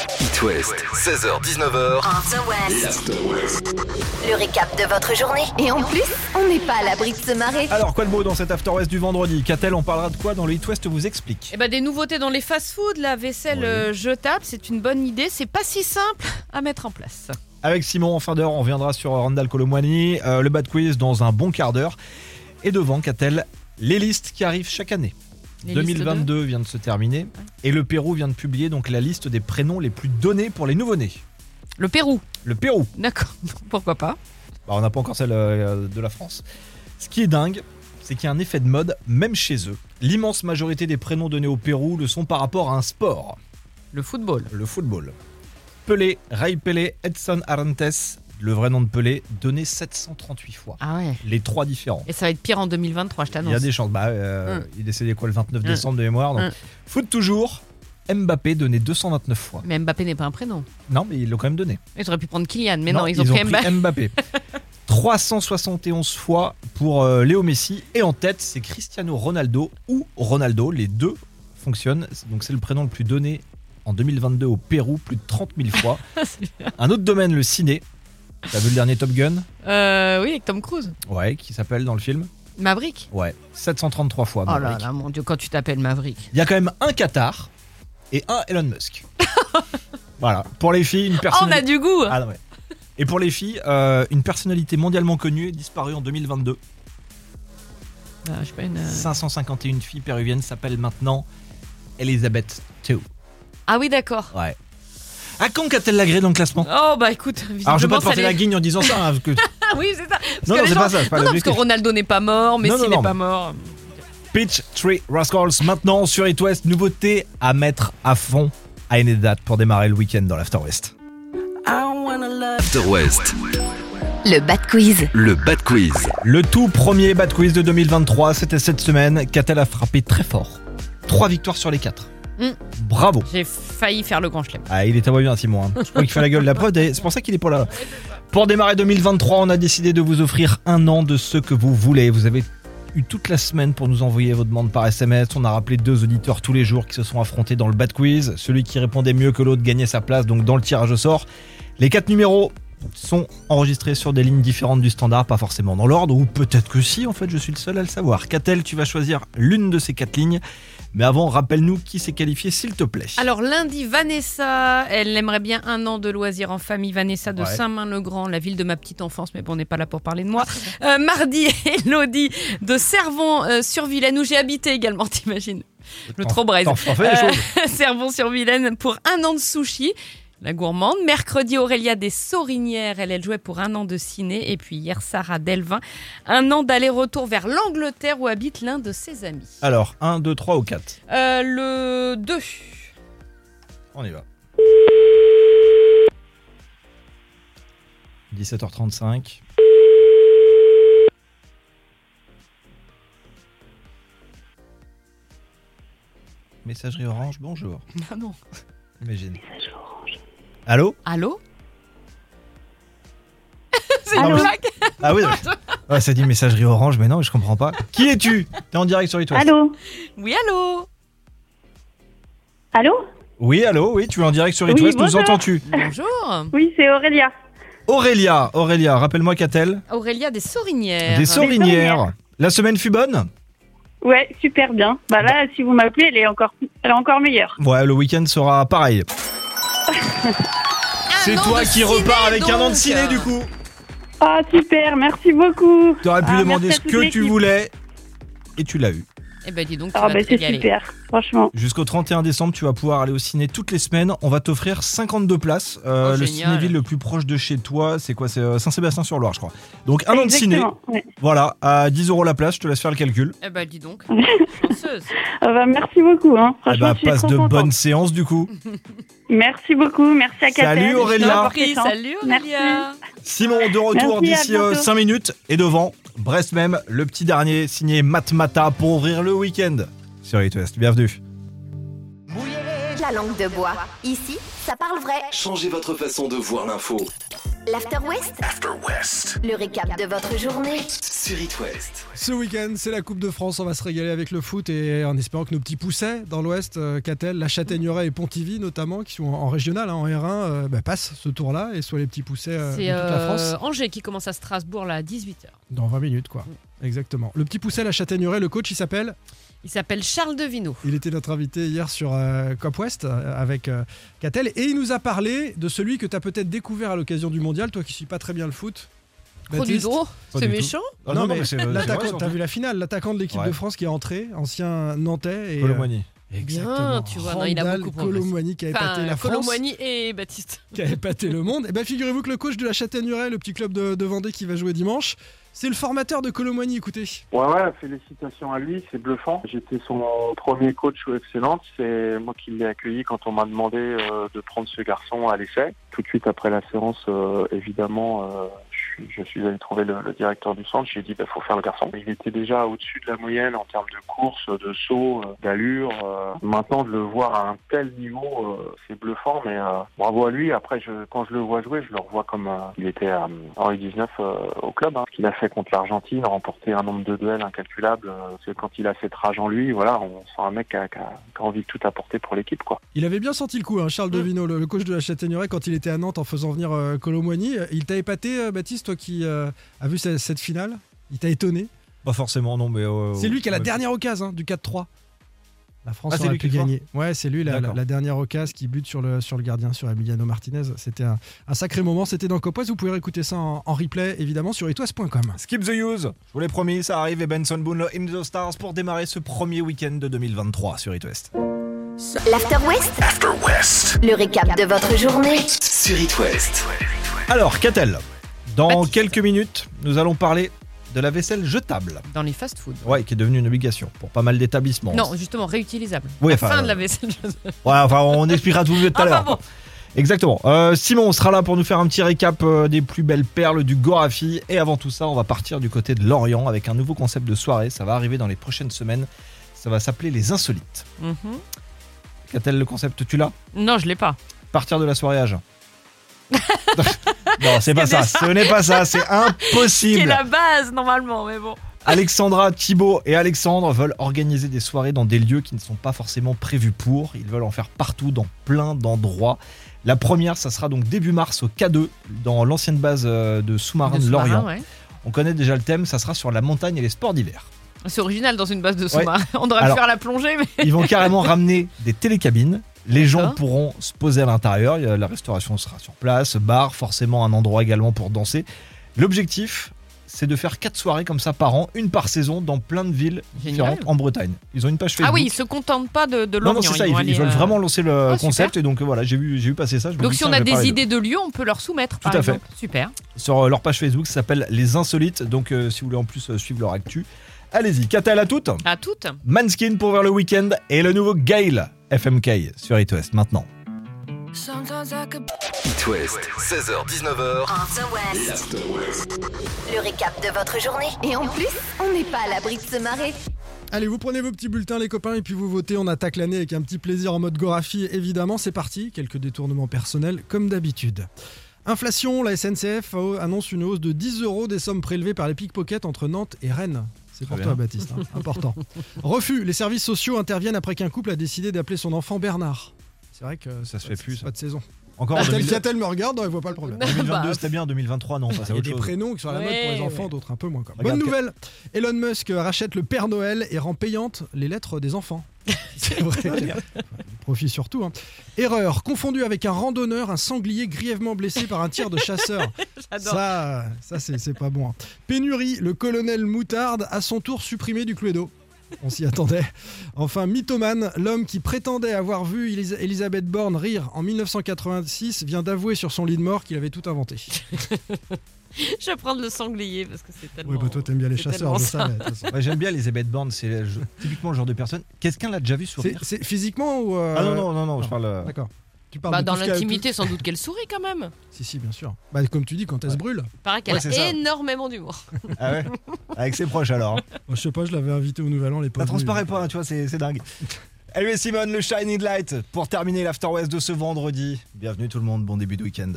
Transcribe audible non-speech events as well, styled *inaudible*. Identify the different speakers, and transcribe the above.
Speaker 1: West West, 16h-19h,
Speaker 2: After West.
Speaker 1: l'After West.
Speaker 2: Le récap de votre journée. Et en plus, on n'est pas à l'abri de se marrer.
Speaker 3: Alors, quoi de beau dans cet After West du vendredi Catel, on parlera de quoi dans le Hit West vous explique.
Speaker 4: Eh ben, des nouveautés dans les fast-foods, la vaisselle
Speaker 3: Oui.
Speaker 4: euh, jetable, c'est une bonne idée. C'est pas si simple à mettre en place.
Speaker 3: Avec Simon en fin d'heure, on viendra sur Randall Colomwani, euh, le bad quiz dans un bon quart d'heure. Et devant Catel, les listes qui arrivent chaque année.
Speaker 4: Les
Speaker 3: 2022 vient de se terminer et le Pérou vient de publier donc la liste des prénoms les plus donnés pour les nouveau-nés.
Speaker 4: Le Pérou,
Speaker 3: Le Pérou,
Speaker 4: d'accord. *laughs* Pourquoi pas
Speaker 3: Bah, on n'a pas encore celle euh, de la France. Ce qui est dingue, c'est qu'il y a un effet de mode, même chez eux. L'immense majorité des prénoms donnés au Pérou le sont par rapport à un sport.
Speaker 4: Le football.
Speaker 3: le football. Pelé, Ray Pelé, Edson Arantes, le vrai nom de Pelé, donné 738 fois.
Speaker 4: Ah ouais.
Speaker 3: Les trois différents.
Speaker 4: Et ça va être pire en 2023, je
Speaker 3: Il
Speaker 4: t'annonce.
Speaker 3: y a des chances. Bah, euh,
Speaker 4: Mm.
Speaker 3: Il est décédé quoi le 29
Speaker 4: Mm.
Speaker 3: décembre de mémoire. donc.
Speaker 4: Mm.
Speaker 3: Foot toujours. Mbappé donné 229 fois.
Speaker 4: Mais Mbappé n'est pas un prénom.
Speaker 3: Non, mais ils l'ont quand même donné.
Speaker 4: Ils auraient pu prendre Kylian, mais non, ils, ont pris Mbappé.
Speaker 3: Mbappé.
Speaker 4: *laughs*
Speaker 3: 371 fois pour euh, Léo Messi. Et en tête, c'est Cristiano Ronaldo ou Ronaldo. Les deux fonctionnent. Donc c'est le prénom le plus donné en 2022 au Pérou, plus de 30 000 fois. Un autre domaine, le ciné. T'as vu le dernier Top Gun
Speaker 4: *laughs* Euh, oui, avec Tom Cruise.
Speaker 3: Ouais, qui s'appelle dans le film
Speaker 4: Maverick.
Speaker 3: Ouais, 733 fois.
Speaker 4: Oh là
Speaker 3: Maverick.
Speaker 4: là, mon Dieu, quand tu t'appelles Maverick.
Speaker 3: Il y a quand même un Qatar et un Elon
Speaker 4: *laughs*
Speaker 3: Musk. voilà. Pour les filles, une
Speaker 4: Oh, on
Speaker 3: personne.
Speaker 4: a du goût
Speaker 3: Ah, non, ouais. Et pour les filles, euh, une personnalité mondialement connue est disparue en 2022.
Speaker 4: Ah, Je sais pas une, euh,
Speaker 3: 551 filles péruviennes s'appellent maintenant Elisabeth II.
Speaker 4: Ah oui, d'accord.
Speaker 3: Ouais. À quand qu'a-t-elle la gré dans le classement
Speaker 4: Oh bah écoute,
Speaker 3: Alors je vais pas te
Speaker 4: visiblement, ça
Speaker 3: porter la
Speaker 4: les-
Speaker 3: guigne en disant ça.
Speaker 4: *laughs*
Speaker 3: hein, parce que-
Speaker 4: Ah oui, c'est ça. Parce
Speaker 3: Non,
Speaker 4: que
Speaker 3: non,
Speaker 4: les
Speaker 3: c'est
Speaker 4: gens-
Speaker 3: pas ça, c'est pas
Speaker 4: non, non, parce que
Speaker 3: l'objectif.
Speaker 4: Ronaldo n'est pas mort,
Speaker 3: Non, non,
Speaker 4: Messi
Speaker 3: non.
Speaker 4: n'est pas mort.
Speaker 3: Pitch Tree Rascals maintenant sur It West. Nouveauté à mettre à fond à une date pour démarrer le week-end dans l'After West.
Speaker 1: After West,
Speaker 2: Le Bad Quiz.
Speaker 1: le Bad Quiz.
Speaker 3: Le tout premier Bad Quiz de 2023, c'était cette semaine. Catel a frappé très fort. Trois victoires sur les quatre.
Speaker 4: Mm.
Speaker 3: Bravo.
Speaker 4: J'ai failli faire le grand chelem.
Speaker 3: Ah, il est à bien, Simon. hein. Je crois qu'il fait la gueule. La preuve, c'est pour ça qu'il est pas là. Pour démarrer 2023, on a décidé de vous offrir un an de ce que vous voulez. Vous avez eu toute la semaine pour nous envoyer vos demandes par SMS. On a rappelé deux auditeurs tous les jours qui se sont affrontés dans le bad quiz. Celui qui répondait mieux que l'autre gagnait sa place, donc dans le tirage au sort. Les quatre numéros sont enregistrés sur des lignes différentes du standard, pas forcément dans l'ordre, ou peut-être que si, en fait, je suis le seul à le savoir. Catel, tu vas choisir l'une de ces quatre lignes. Mais avant, rappelle-nous qui s'est qualifié, s'il te plaît.
Speaker 4: Alors lundi, Vanessa, elle aimerait bien un an de loisirs en famille. Vanessa de
Speaker 3: Ouais.
Speaker 4: Saint-Main-le-Grand, la ville de ma petite enfance, mais bon, on n'est pas là pour parler de moi. Euh, mardi, *laughs* Elodie de Servon euh, sur Vilaine, où j'ai habité également, *laughs* t'imagines. Le trop braise.
Speaker 3: T'en- t'en fais des
Speaker 4: Euh,
Speaker 3: choses.
Speaker 4: Servon sur Vilaine pour un an de sushi. La gourmande. Mercredi, Aurélia des Saurinières. Elle, elle jouait pour un an de ciné. Et puis hier, Sarah Delvin. Un an d'aller-retour vers l'Angleterre où habite l'un de ses amis.
Speaker 3: Alors, 1, 2, 3 ou 4
Speaker 4: Euh, le 2.
Speaker 3: On y va. 17h35. Messagerie Orange, bonjour.
Speaker 4: Ah non.
Speaker 3: Imagine. Allô *laughs*
Speaker 4: Allô C'est
Speaker 3: Ah
Speaker 4: une
Speaker 3: oui.
Speaker 4: blague
Speaker 3: Ah oui, d'accord. ouais, ça dit messagerie Orange, mais non, je comprends pas. Qui es-tu T'es en direct sur E les toits.
Speaker 5: Allô
Speaker 4: Oui, allô
Speaker 5: Allô
Speaker 3: Oui, allô, oui, tu es en direct sur E les
Speaker 5: Oui,
Speaker 3: toits, nous
Speaker 5: bonjour.
Speaker 3: entends-tu
Speaker 4: Bonjour
Speaker 5: Oui, c'est Aurélia.
Speaker 3: Aurélia, Aurélia, rappelle-moi qu'a-t-elle
Speaker 4: Aurélia des Saurinières.
Speaker 3: Des
Speaker 5: Saurinières.
Speaker 3: sourinières. La semaine fut bonne
Speaker 5: Ouais, super bien. Bah là, si vous m'appelez, elle est encore, elle est encore meilleure.
Speaker 3: Ouais, le week-end sera pareil.
Speaker 4: Un
Speaker 3: C'est
Speaker 4: an
Speaker 3: toi
Speaker 4: de
Speaker 3: qui
Speaker 4: ciné,
Speaker 3: repars avec un an de
Speaker 4: donc.
Speaker 3: ciné du coup.
Speaker 5: Ah, super, merci beaucoup.
Speaker 3: Tu aurais pu
Speaker 5: Ah,
Speaker 3: demander ce
Speaker 5: merci à toute
Speaker 3: que tu
Speaker 5: l'équipe.
Speaker 3: voulais et tu l'as eu.
Speaker 4: Eh ben dis donc, tu
Speaker 5: Ah,
Speaker 4: vas
Speaker 5: bah
Speaker 4: te
Speaker 5: c'est
Speaker 4: régaler.
Speaker 5: super, franchement.
Speaker 3: Jusqu'au 31 décembre, tu vas pouvoir aller au ciné toutes les semaines. On va t'offrir 52 places. Euh,
Speaker 4: Oh,
Speaker 3: le
Speaker 4: génial.
Speaker 3: cinéville le plus proche de chez toi, c'est quoi C'est euh, Saint-Sébastien-sur-Loire, je crois. Donc un an Ah de ciné,
Speaker 5: Exactement, ouais.
Speaker 3: voilà, à 10 euros la place, je te laisse faire le calcul.
Speaker 4: Eh ben dis
Speaker 5: *laughs*
Speaker 4: donc, chanceuse.
Speaker 5: Ah, bah, merci beaucoup, hein.
Speaker 3: Eh
Speaker 5: Franchement,
Speaker 3: bah,
Speaker 5: je suis
Speaker 3: passe
Speaker 5: trop
Speaker 3: de
Speaker 5: contente.
Speaker 3: bonnes séances du coup.
Speaker 5: Merci beaucoup, merci à Katel.
Speaker 3: Salut,
Speaker 5: Je t'en
Speaker 3: Aurélia.
Speaker 5: prie,
Speaker 4: Pris,
Speaker 5: hein.
Speaker 4: salut Aurélia.
Speaker 3: Simon, de retour
Speaker 5: Merci, à
Speaker 3: d'ici
Speaker 5: bientôt.
Speaker 3: 5 minutes. Et devant, Brest même, le petit dernier signé Matmata pour ouvrir le week-end. Sur It West, bienvenue.
Speaker 2: La la langue de bois. Ici, ça parle vrai.
Speaker 1: Changez votre façon de voir l'info.
Speaker 2: L'After West,
Speaker 1: After West.
Speaker 2: le récap de votre journée.
Speaker 1: Sur It West.
Speaker 6: Ce week-end, c'est la Coupe de France. On va se régaler avec le foot et en espérant que nos petits poussets dans l'Ouest, euh, Catel, La Châtaigneraie et Pontivy notamment, qui sont en en régional, hein, en R1, euh, bah, passent ce tour-là et soient les petits poussets euh, de
Speaker 4: C'est
Speaker 6: toute la
Speaker 4: euh,
Speaker 6: France.
Speaker 4: Angers qui commence à Strasbourg là à 18h.
Speaker 6: Dans 20 minutes, quoi. Exactement. Le petit pousset, La Châtaigneraie, le coach, il s'appelle
Speaker 4: Il s'appelle Charles Devineau.
Speaker 6: Il était notre invité hier sur euh, Cop West euh, avec euh, Catel et il nous a parlé de celui que tu as peut-être découvert à l'occasion du mondial, toi qui suis pas très bien le foot. Baptiste.
Speaker 4: Rodrigo,
Speaker 3: Pas
Speaker 4: c'est
Speaker 3: du tout.
Speaker 4: méchant.
Speaker 3: Ah
Speaker 6: non,
Speaker 3: non,
Speaker 6: mais, euh,
Speaker 3: mais c'est- c'est vrai,
Speaker 6: l'attaquant,
Speaker 3: surtout.
Speaker 6: t'as vu la finale, l'attaquant de l'équipe
Speaker 3: Ouais.
Speaker 6: de France qui est entré, ancien Nantais et euh,
Speaker 3: Colomani.
Speaker 6: exactement,
Speaker 4: tu vois, non, il a
Speaker 6: Randall
Speaker 4: beaucoup progressé.
Speaker 6: Colomwani qui a épaté
Speaker 4: Enfin,
Speaker 6: la France,
Speaker 4: Colomboigny et Baptiste.
Speaker 6: qui a épaté le monde. Et ben figurez-vous que le coach de la Châtaigneraie, le petit club de, de Vendée qui va jouer dimanche, c'est le formateur de Colomwani. Écoutez,
Speaker 7: Ouais, ouais, félicitations à lui, c'est bluffant. J'étais son premier coach au FC Nantes, c'est moi qui l'ai accueilli quand on m'a demandé euh, de prendre ce garçon à l'essai. Tout de suite après la séance, euh, évidemment, euh, je, suis- je suis allé trouver le, le directeur du centre, j'ai dit, bah, faut faire le garçon. Il était déjà au-dessus de la moyenne en termes de course, de saut, euh, d'allure. euh. Maintenant, de le voir à un tel niveau, euh, c'est bluffant, mais euh, bravo à lui. Après, je, quand je le vois jouer, je le revois comme euh, il était euh, en U19 euh, au club. Hein. Ce qu'il a fait contre l'Argentine, remporter un nombre de duels incalculable, euh, c'est quand il a cette rage en lui, voilà, on sent un mec qui a, qui a- qui a envie de tout apporter pour l'équipe, quoi.
Speaker 6: il avait bien senti le coup, hein, Charles
Speaker 4: Mm.
Speaker 6: Devino, le, le coach de la Châtaigneraie, quand il était à Nantes en faisant venir euh, Colomwani. Il t'a épaté, euh, Baptiste, toi qui euh, as vu ce- cette finale il t'a étonné.
Speaker 3: Pas forcément, non, mais. euh,
Speaker 6: C'est lui qui a la
Speaker 3: ouais.
Speaker 6: dernière occasion hein, du 4-3. La France
Speaker 3: Ah, c'est
Speaker 6: aurait
Speaker 3: lui
Speaker 6: pu
Speaker 3: qui le
Speaker 6: gagner. Ouais, c'est lui la,
Speaker 3: D'accord.
Speaker 6: la dernière occasion qui bute sur le, sur le gardien, sur Emiliano Martinez. C'était un, un sacré moment. C'était dans Copoise. Vous pouvez réécouter ça en, en replay, évidemment, sur etoise.com.
Speaker 3: Skip the use. Je vous l'ai promis, ça arrive. Et Benson Boone, le Hymn the Stars, pour démarrer ce premier week-end de 2023 sur It West.
Speaker 2: L'After West,
Speaker 1: After West.
Speaker 2: le récap de votre journée.
Speaker 1: Sur It West.
Speaker 3: Alors, Catel, dans
Speaker 4: Baptiste.
Speaker 3: quelques minutes, nous allons parler de la vaisselle jetable.
Speaker 4: Dans les fast-foods.
Speaker 3: Ouais, qui est devenue une obligation pour pas mal d'établissements.
Speaker 4: Non, justement, réutilisable.
Speaker 3: Oui,
Speaker 4: la
Speaker 3: enfin,
Speaker 4: fin de
Speaker 3: euh,
Speaker 4: la vaisselle. Ah,
Speaker 3: Ouais, enfin, on expliquera tout mieux tout à
Speaker 4: *laughs* Enfin
Speaker 3: l'heure.
Speaker 4: bon.
Speaker 3: Exactement. Euh, Simon sera là pour nous faire un petit récap euh, des plus belles perles du Gorafi. Et avant tout ça, on va partir du côté de Lorient avec un nouveau concept de soirée. Ça va arriver dans les prochaines semaines. Ça va s'appeler les Insolites.
Speaker 4: Mhm.
Speaker 3: Qu'a-t-elle le concept Tu l'as
Speaker 4: Non, je l'ai pas.
Speaker 3: Partir de la soirée à jeun. non, c'est pas ça.
Speaker 4: déjà-
Speaker 3: Ce n'est pas ça. C'est
Speaker 4: C'est
Speaker 3: impossible.
Speaker 4: la base normalement, mais bon.
Speaker 3: Alexandra, Thibaut et Alexandre veulent organiser des soirées dans des lieux qui ne sont pas forcément prévus pour. Ils veulent en faire partout, dans plein d'endroits. La première, ça sera donc début mars au K2, dans l'ancienne base euh, de sous-marin
Speaker 4: De
Speaker 3: de
Speaker 4: sous-marin,
Speaker 3: Lorient.
Speaker 4: ouais.
Speaker 3: On connaît déjà le thème, ça sera sur la montagne et les sports d'hiver.
Speaker 4: C'est original dans une base de sous-marin. On devrait
Speaker 3: Alors-
Speaker 4: faire la plongée, mais
Speaker 3: Ils vont carrément *laughs* ramener des télécabines. Les gens
Speaker 4: D'accord.
Speaker 3: pourront se poser à l'intérieur. Il y a- La restauration sera sur place, bar, forcément un endroit également pour danser. L'objectif, c'est de faire quatre soirées comme ça par an, une par saison, dans plein de villes
Speaker 4: Génial.
Speaker 3: différentes en Bretagne. Ils ont une page Facebook.
Speaker 4: ah oui, ils se contentent pas de, de
Speaker 3: Non,
Speaker 4: Lorient.
Speaker 3: non, c'est ça, ils,
Speaker 4: vont
Speaker 3: ils
Speaker 4: aller,
Speaker 3: veulent
Speaker 4: euh,
Speaker 3: vraiment lancer le
Speaker 4: Oh,
Speaker 3: concept et donc euh, voilà, j'ai vu, j'ai vu passer ça. je me
Speaker 4: Donc
Speaker 3: dis,
Speaker 4: si
Speaker 3: tiens,
Speaker 4: on
Speaker 3: je
Speaker 4: a
Speaker 3: vais
Speaker 4: des
Speaker 3: parler d'eux.
Speaker 4: idées de lieux, on peut leur soumettre.
Speaker 3: Tout
Speaker 4: par
Speaker 3: à fait.
Speaker 4: exemple. Super.
Speaker 3: Sur euh, leur page Facebook, ça s'appelle Les Insolites, donc euh, si vous voulez en plus euh, suivre leur actu, allez-y. Catal à toutes,
Speaker 4: À toutes.
Speaker 3: Manskin pour vers le week-end et le nouveau Gale FMK sur It West maintenant.
Speaker 1: It West. 16h-19h.
Speaker 2: After West,
Speaker 1: L'After West.
Speaker 2: le récap de votre journée. Et en plus, on n'est pas à l'abri de se marrer.
Speaker 6: Allez, vous prenez vos petits bulletins, les copains, et puis vous votez. On attaque l'année avec un petit plaisir en mode Gorafi, évidemment. C'est parti. Quelques détournements personnels, comme d'habitude. Inflation, la SNCF annonce une hausse de 10 euros des sommes prélevées par les pickpockets entre Nantes et Rennes. C'est pour
Speaker 3: Très
Speaker 6: toi, Baptiste.
Speaker 3: *laughs*
Speaker 6: hein. Important. Refus. Les services sociaux interviennent après qu'un couple a décidé d'appeler son enfant Bernard. C'est vrai que
Speaker 3: Ça se
Speaker 6: c'est
Speaker 3: fait
Speaker 6: pas-
Speaker 3: plus,
Speaker 6: c'est
Speaker 3: ça.
Speaker 6: Pas de saison.
Speaker 3: Encore en
Speaker 6: Ah, Tel
Speaker 3: 2000-
Speaker 6: qu'Atel me regarde, elle voit pas le problème.
Speaker 3: 2022,
Speaker 4: *laughs* Bah,
Speaker 3: c'était bien, 2023, non, ça c'est
Speaker 6: Il y a
Speaker 3: autre
Speaker 6: des
Speaker 3: chose.
Speaker 6: prénoms qui sont à la mode pour
Speaker 4: Ouais,
Speaker 6: les enfants,
Speaker 4: ouais.
Speaker 6: d'autres un peu moins. quoi.
Speaker 3: Regarde
Speaker 6: Bonne nouvelle Elon Musk rachète le Père Noël et rend payante les lettres
Speaker 3: *laughs*
Speaker 6: des enfants. C'est vrai. *laughs* qu'il Profit surtout. hein. Erreur confondu avec un randonneur, un sanglier grièvement blessé par un tir de chasseur.
Speaker 4: J'adore.
Speaker 6: ça, ça c'est c'est pas bon. hein. Pénurie le colonel Moutarde à son tour supprimé du Cluedo. On s'y attendait. Enfin, mythomane, l'homme qui prétendait avoir vu Elis- Elisabeth Borne rire en 1986 vient d'avouer sur son lit de mort qu'il avait tout inventé.
Speaker 4: Je vais prendre le sanglier parce que c'est tellement.
Speaker 6: Oui, bah toi t'aimes bien les
Speaker 4: c'est
Speaker 6: chasseurs,
Speaker 4: tellement
Speaker 6: je
Speaker 4: ça.
Speaker 6: savais, de toute façon.
Speaker 3: Ouais, J'aime bien Elisabeth Borne, c'est le- je- typiquement le genre de personne. Quelqu'un l'a déjà vu
Speaker 6: C'est,
Speaker 3: sourire
Speaker 6: c'est physiquement ou. euh,
Speaker 3: Ah non, non, non, non, je
Speaker 6: non.
Speaker 3: parle.
Speaker 6: *laughs*
Speaker 3: euh,
Speaker 6: D'accord. Tu parles
Speaker 4: Bah,
Speaker 6: de
Speaker 4: dans
Speaker 6: tout ce qu'il y a-
Speaker 4: l'intimité, sans doute qu'elle sourit quand même.
Speaker 6: tout- Si, si, bien sûr. Bah, comme tu dis, quand elle se brûle.
Speaker 4: Il paraît qu'elle
Speaker 3: Ouais, c'est ça.
Speaker 4: a énormément d'humour.
Speaker 3: Ah ouais Avec ses proches alors.
Speaker 6: Oh, je sais pas, je l'avais invité au Nouvel An, les
Speaker 3: Ça
Speaker 6: pauvres.
Speaker 3: transparaît pas, hein, tu vois, c'est c'est dingue. Hello Simone, le Shining Light, pour terminer l'After West de ce vendredi. Bienvenue tout le monde, bon début de week-end.